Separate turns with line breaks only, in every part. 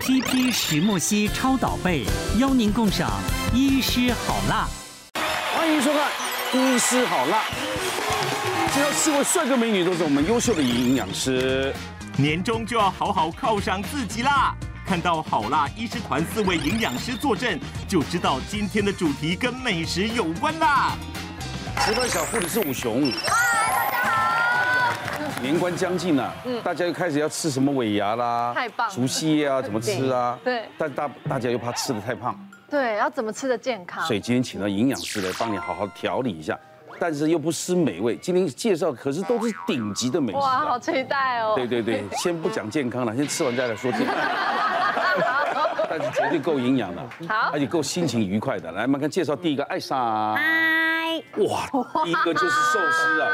CP 石墨烯超导被，邀您共赏医师好辣。
欢迎收看《医师好辣》。只要吃过帅哥美女，都是我们优秀的营养师。
年终就要好好犒赏自己啦！看到好辣医师团四位营养师坐镇，就知道今天的主题跟美食有关啦。
值班小护理是武雄。年关将近了，大家又开始要吃什么尾牙啦、
嗯太棒了
竹蟹啊，怎么吃啊？
对
但大大家又怕吃的太胖，
对，要怎么吃的健康？
所以今天请到营养师来帮你好好调理一下，但是又不失美味。今天介绍可是都是顶级的美食、
哇，
啊
好。期待哦！
对对对，先不讲健康了，先吃完再来说 健康。但是绝对够营养的，
好
而且够心情愉快的。来，我们看介绍第一个艾莎啊，
嗨，
哇，第一个就是寿司啊，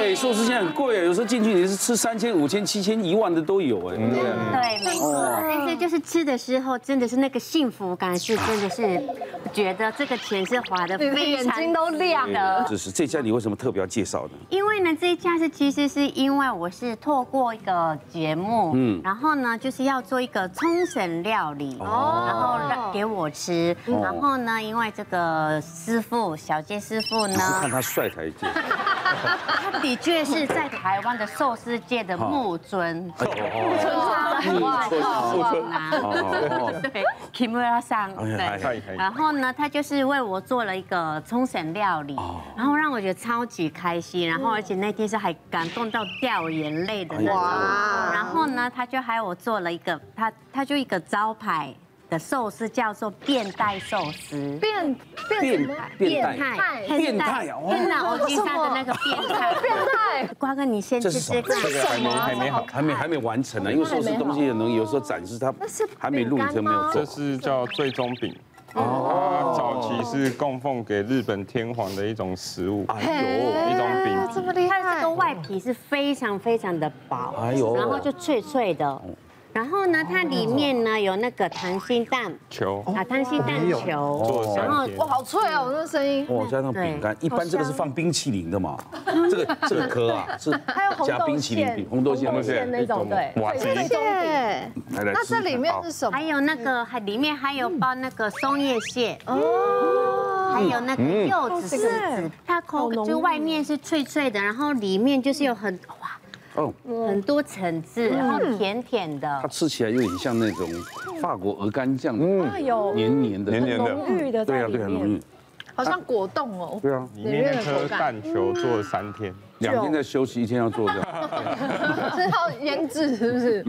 哎，寿司现在很贵啊，有时候进去你是吃三千、五千、七千、一万的都有哎，对不对？
对，没错。但是就是吃的时候，真的是那个幸福感是真的是，我觉得这个钱是花的
你的
非
眼
常
睛都亮了。
这是这家你为什么特别要介绍呢？
因为呢，这一家是其实是因为我是透过一个节目，嗯，然后呢就是要做一个冲绳料理，哦，然后让给我吃，然后呢，因为这个师傅小杰师傅
不是看
呢，
他帅才介绍，
他的确是在台湾的寿司界
哦
的木尊，
哎
木尊哇，木尊
哦
对，Kimura 上
哎呀哎
对，然后呢，他就是为我做了一个冲绳料理，
哦
然后让我觉得超级开心，然后而且那天是还感动到掉眼泪的那种。
哇
然后呢，他就还我做了一个，他他就一个招牌的寿司叫做变带寿司。
变变什
变
么？
变态，
态，
变态哦
变态，我记上的那个变态，
变态！
瓜哥，你先
这
吃
是什
吃
么？
看。
还没还没好，还没还没完成呢，因为寿司东西的能有时候展示它
那是
还没录，就没有做
这。是叫最终饼。
哦
它早期是供奉给日本天皇的一种食物，
哎
一种饼
哦
这么厉
它 这
害
个！外皮是非常非常的薄，
哎呦哦
然后就脆脆的。然后呢，它里面呢有那个溏心蛋
球，
哦
啊，溏心蛋
做
球，
了
然后
三天
哇，。好脆哦，那声音。
哇，加上饼干，一般这个是放冰淇淋的嘛，这个这个壳啊是
还有红
加
豆
冰淇淋
馅
饼，，红豆馅，
红豆馅那种，对，
哇
最最终饼。
对，
来来
那
吃
这里面是什么
还？有那个还里面还有包那个松叶蟹哦，还有那个
嗯
柚子丝子，它口就外面是脆脆的，然后里面就是有很哇
哦，
很多层次，然后甜甜
它
的。
吃起来有点像那种法国鹅肝酱，嗯，有黏黏的，
黏黏的
浓郁的，对啊，对啊，浓郁，
好像果冻哦。
对啊，
里面那颗蛋球做了三天，
两天在休息，一天要做的，
是要腌制是不是？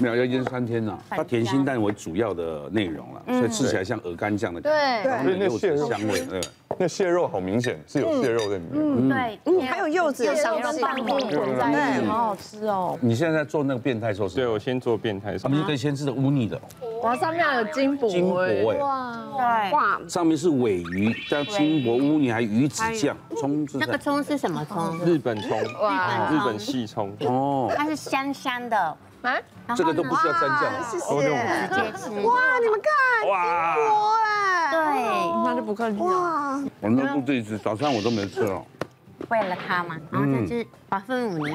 没有要腌三天呐。它甜心蛋为主要的内容了，所以吃起来像鹅肝酱的感
嗯对，
觉，有点肉质香味，对，
那蟹肉好明显是有蟹肉在里面，
对，
还有柚子的香
跟
气，
棒骨混在一起，好好吃哦。
呃你现在在做那个变态寿司，
对我先做变态
他
上
们
嗯
就。对先吃的乌尼的，
啊
哦
哇，上面还有金箔，
金箔哎
哇，
对，
哇，
上面是尾鱼，加金箔乌尼，还鱼子酱，葱是
那个
在
葱是什么葱？
日本葱，
哇
日本细葱，
哦，
它是香香的，
哎，
然
这
后
个
呢
都不需要蘸酱。
谢
多用
直
谢。
接吃。
哇，你们看，金箔哎，
对，
那就不客气了。
哇，
我们都这一次早上我都没吃哦了，
为了它嘛，然后它就是八分五泥，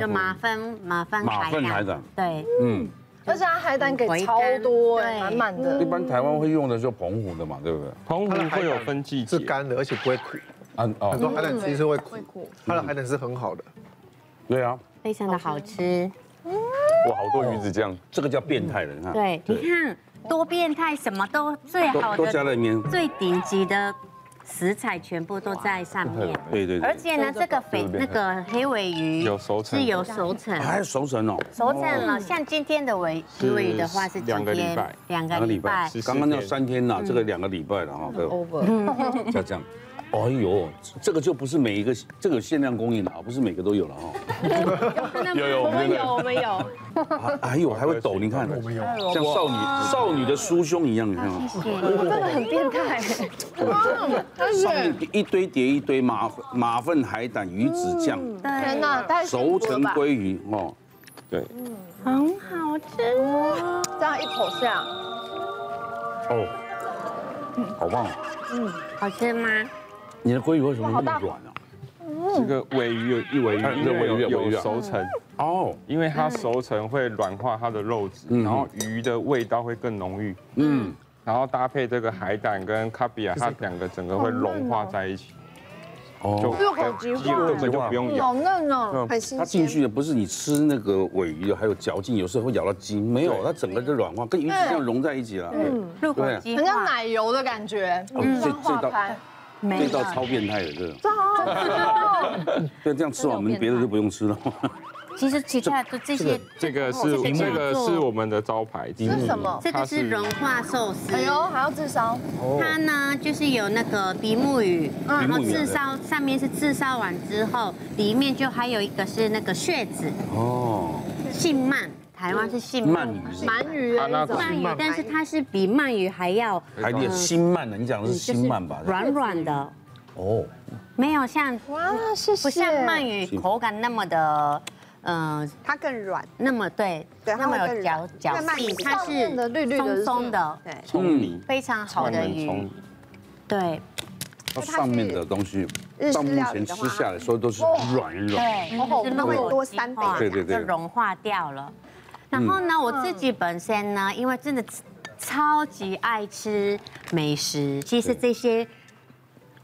就麻烦麻烦
马粪海
海
胆
胆，对，
嗯，
而且它海胆给超多哎，满满
一
的。
般台湾会用的就澎湖的嘛，对不对？
澎湖嗯会有分季节
是，干的，而且不会苦。
啊
很
哦，
嗯
多海胆吃一次会苦，它的海胆是很好的。
对啊，
非常的好吃。
哇，好多鱼子酱，
这个叫变态的，你看，
对，你看多变态，什么都最好
都都加
的、
在里面，
最顶级的食材全部都在上面。
对对
而
对，
且呢，这个肥那个黑尾鱼
有熟成
是有熟成，
还有熟成哦，
熟成了。像今天的尾鱼尾鱼的话是几
两个礼
天
拜？
两
两个
个
礼
礼拜
拜
十，四
刚刚那三天呐，这个两个礼拜了哈，对吧
over，
像 这样。哎呦，这个就不是每一个，这个有限量供应的啊，不是每个都有了哈。
有有，我们有，
啊还有还会抖，你看，像少女少女的酥胸一样，你看啊。
真的很变态。但
上
是
面一堆叠一堆马马粪、海胆、鱼子酱、
嗯
天哪，太幸
熟
福了
成
吧！
鲑鱼哦，
对，
很好吃。
这样一口下，
哦，好棒！哦！
好吃吗？
你的鲑鱼为什么那么软呢？啊
这个尾鱼有一尾鱼，
哎对尾鱼
有
尾鱼
有
啊
熟成，
哦，
因为它熟成会软化它的肉质，
嗯
然后鱼的味道会更浓郁，
嗯，
然后搭配这个海胆跟卡比亚，它两个整个会融化在一起，
哦，
又好极
鸡肉根本就不用
嗯
咬。
好嫩哦，很新
它进
鲜。
去的不是你吃那个尾鱼的，还有嚼劲，有时候会咬到筋，没有，
对
它整个就软化，跟鱼子这样融在一起了。对
入口即
很像
化，
奶油的感觉，
哦
嗯
这这道
没
这道
了。
超变态的，这个。
啊哦
对，这样吃完我们别的就不用吃了。
其实其他的这些，
这个
这
是
个
这个
叫
是
做
我们的招牌，这
是什么
这个是融化寿司。
哎呦，还哦要自烧，
它呢就是有那个比目鱼，然后
比目鱼啊
炙烧上面是炙烧完之后，里面就还有一个是那个血子
哦，
杏鳗，台湾是杏
鳗
鳗，
鱼是
鳗鱼啊的那种，
鳗鱼，但是它是比鳗鱼还要
还有心鳗呢，啊你讲的是
嗯就
心鳗吧？
软软的，
哦，
没有像
哇，谢谢。
不像鳗鱼口感那么的，嗯。
它更软，
那么对，
对
那么
它会
有
更
嚼
软
嚼
那鳗鱼
劲，它
上面的绿
是
绿的
松
是
松的，
对，
葱泥，
非常好
万
的
能葱
鱼
泥。，
对
它上面的东西
日式
到目
料理
前
的
吃
话
下来，说都是软软。
对，
哦吼
就是
那会
肉
多
鸡
三倍啊
化
对嗯对对
就融化掉了。然后呢，我
嗯
自己本身呢，因为真的超级爱吃美食，其实这些。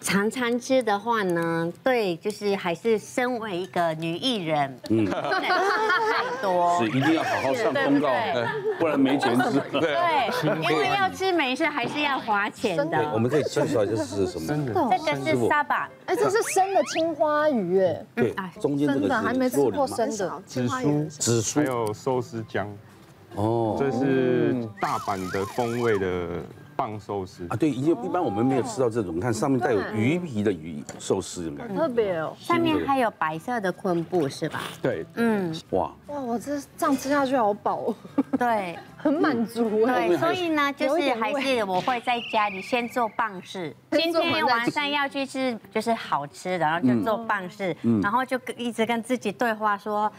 常常吃的话呢，对，就是还是身为一个女艺人，嗯，不能吃太 多，
是一定要好好上公告
对对，
不然没钱吃。对，啊
对，因为要吃美食还是要花钱的。
哎我们可以介绍一下是什么？
这个
师傅
是沙巴，
哎，这是生的青花鱼哎，
对，中间这个
真的还没吃
是洛里
过
吗？
生的，
青花也是
紫苏
还有寿司姜，
哦，
这是大阪的风味的棒寿司
啊，，对，一一般我们没有吃到这种，你看上面带有鱼皮的鱼寿司，有没有？
特别哦。
上面还有白色的昆布是吧？
对，
嗯，
哇，
哇，我这这样吃下去好饱哦，
对嗯
很满足哎。
对，所以呢，就
有一
是
点
还
味
是我会在家里先做棒式。今
先做完再吃
天晚上要去吃就是好吃的，然后
嗯
就做棒式，然后就跟一直跟自己对话说。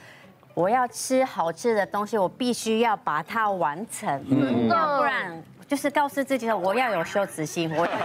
我要吃好吃的东西，我必须要把它完成，要不然就是告诉自己说我要有羞耻心，我要有羞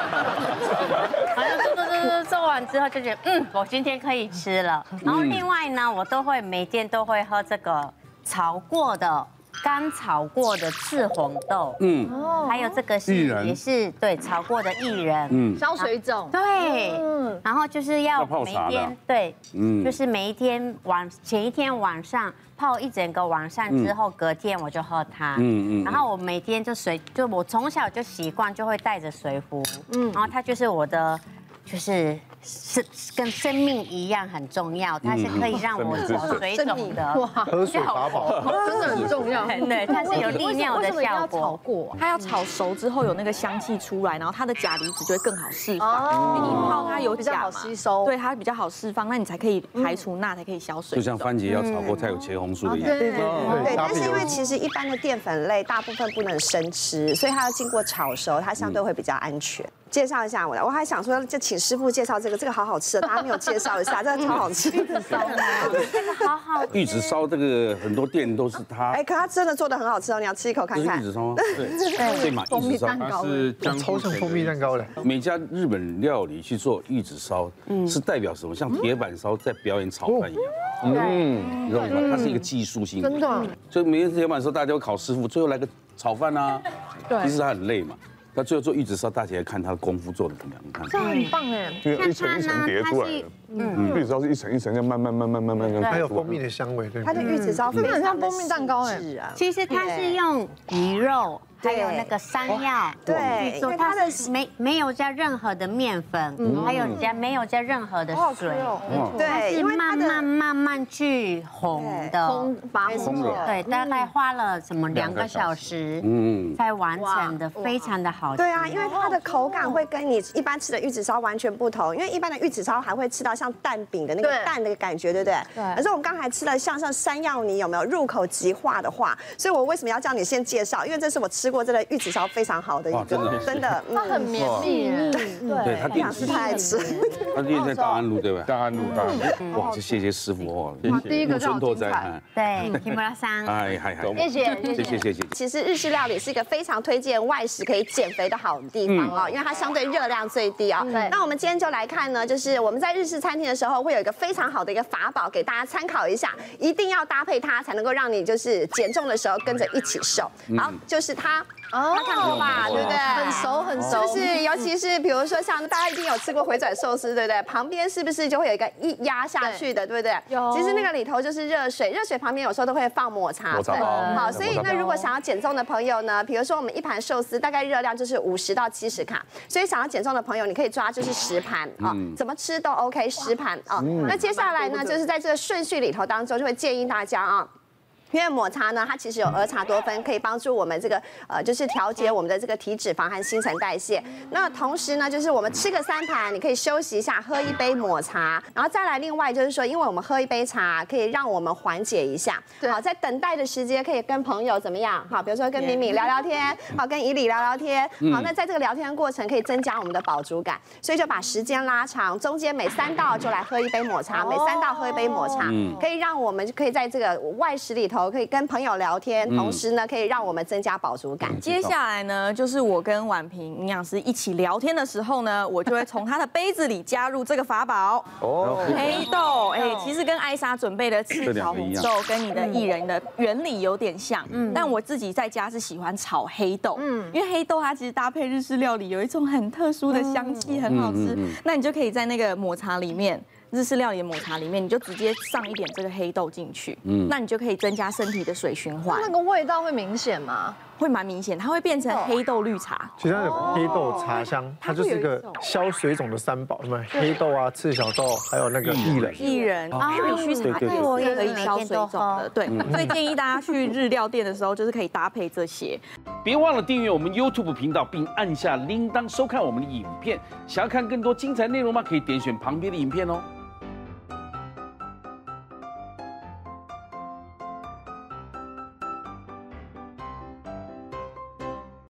耻心。然后做做做做做完之后就觉得，嗯，我今天可以吃了。
嗯
然后另外呢，我都会每天都会喝这个炒过的、干炒过的赤红豆，
嗯，
还有这个
薏
是
仁
也是对炒过的薏仁，
嗯
烧水肿，
对，然后就是要
要泡
每
茶的
一天对，
嗯
就是每一天晚前一天晚上泡一整个晚上之后，隔天我就喝它，
嗯
嗯
嗯
嗯，然后我每天就水，就我从小就习惯就会带着水壶，嗯，然后它就是我的，就是。是跟生命一样很重要，
嗯
它是可以让我有水肿的，
啊
喝水法宝，
真的很重要。
对，它是有利尿的效果。
过
它要炒熟之后有那个香气出来，然后它的钾离子就会更好释放。因
哦
为你泡它有
比较
钾
好
嘛，
吸收。
对它比较好释放，那你才可以排除钠，才可以消水
就
肿。
像番茄要炒过，它有茄红素的
哦
样子。
对，
对
但是因为其实一般的淀粉类大部分不能生吃，所以它要经过炒熟，它相对会比较安全。介绍一下我的，我还想说，就请师傅介绍这个，这个好好吃的，大家没有介绍一下，这个超好吃。
好好
玉子烧这个很多店都是它
哎，，可它真的做的很好吃哦，你要吃一口
这
看
是玉
看。
子烧吗？对，对嘛，玉子烧。
它是姜
超像蜂蜜蛋
糕，
糕的。
每家日本料理去做玉子烧，是代表什么？像铁板烧在表演炒饭一样，嗯，你知道吗？它是一个技术性。
真的，
所以每天铁板烧大家会考师傅，最后来个炒饭啊。
对
其实他很累嘛，那最后做玉子烧，大家也看他的功夫做的怎么样。你看
这，样很棒哎，
嗯
因为
看它呢，它是
玉子烧是一层一层，这样慢慢慢慢慢慢慢
对
慢
还有蜂蜜的香味，对不
它的
对？
玉子
嗯
烧非
真的
常
很像
的
蜂蜜蛋糕哎
细致啊
其实它是用鱼肉还
对
有那个山药
对
去
哎因
做，
为它
它
的嗯
是没没有加任何的面粉，还有加没有加任何的水，它
哦对，
是
因为它
慢慢
的
慢慢去红的。
拔
没
红
错
了，
对，大
嗯
概花了什么两个小时
嗯，
才完成的，非常的好吃。
对啊，因
哦
为它的口感会跟你一般吃的玉子烧完全不同，因为一般的玉子烧还会吃到像蛋饼的那个
对
蛋的感觉，对不对？
对
可是我们刚才吃了像像山药泥，有没有入口即化的话？所以我为什么要叫你先介绍？因为这是我吃过真的玉子烧非常好的一
哇
个，
啊真的
哎
哎
真的，
它很绵密耶
嗯
对
对，
它
哎
我想是太爱吃。
他店在大安路对吧？大
安路，大
安路。哇，这谢谢师傅哦，
哇第
一个就好
木村拓哉
精彩。
对，Kimura 桑，
哎，嗨嗨，
谢谢
谢谢谢谢。
其实日式料理是一个非常推荐外食可以减肥的好地方哦，因为它相对热量最低哦。
嗯对
那我们今天就来看呢，就是我们在日式餐厅的时候会有一个非常好的一个法宝给大家参考一下，一定要搭配它才能够让你就是减重的时候跟着一起瘦。好，就是它。
哦
大家看过吧，对不对？
嗯很熟很熟
是不是？尤其是比如说像大家一定有吃过回转寿司，对不对？旁边是不是就会有一个一压下去的，对不对？
有
其实那个里头就是热水，热水旁边有时候都会放抹茶。
抹茶包
好，所以
抹茶
那如果想要减重的朋友呢，比如说我们一盘寿司大概热量就是五十到七十卡，所以想要减重的朋友，你可以抓就是十盘啊，怎么吃都 OK，十盘啊。那接下来呢，就是在这个顺序里头当中，就会建议大家啊。因为抹茶呢，它其实有儿茶多酚，可以帮助我们这个呃，就是调节我们的这个体脂肪和新陈代谢。那同时呢，就是我们吃个三盘，你可以休息一下，喝一杯抹茶，然后再来另外就是说，因为我们喝一杯茶可以让我们缓解一下，好，在等待的时间可以跟朋友怎么样？好，比如说跟敏敏聊聊天，好，跟以礼聊聊天，好，那在这个聊天过程可以增加我们的饱足感，所以就把时间拉长，中间每三道就来喝一杯抹茶，每三道喝一杯抹茶，可以让我们可以在这个外食里头可以跟朋友聊天，同时呢可以让我们增加饱足感。
接下来呢，就是我跟婉平营养师一起聊天的时候呢，我就会从她的杯子里加入这个法宝。
哦，
黑豆，哎、其实跟艾莎准备的
这
赤
两
炒
个一
红
样
豆跟你的薏仁的原理有点像，但我自己在家是喜欢炒黑豆，嗯，因为黑豆它其实搭配日式料理有一种很特殊的香气，很好吃。那你就可以在那个抹茶里面。日式料理的抹茶里面，你就直接上一点这个黑豆进去，嗯，那你就可以增加身体的水循环
那，个味道会明显吗？
会蛮明显，它会变成黑豆绿茶。
其实它有黑豆茶香，它就是一个消水肿的三宝，什么黑豆啊、赤小豆，还有那个薏仁。
薏仁、必须茶，
对对对
我也可以
每
消
天
水
都
肿的
喝，
对，所以建议大家去日料店的时候，就是可以搭配这些。
别忘了订阅我们 YouTube 频道，并按下铃铛收看我们的影片。想要看更多精彩内容吗？可以点选旁边的影片哦。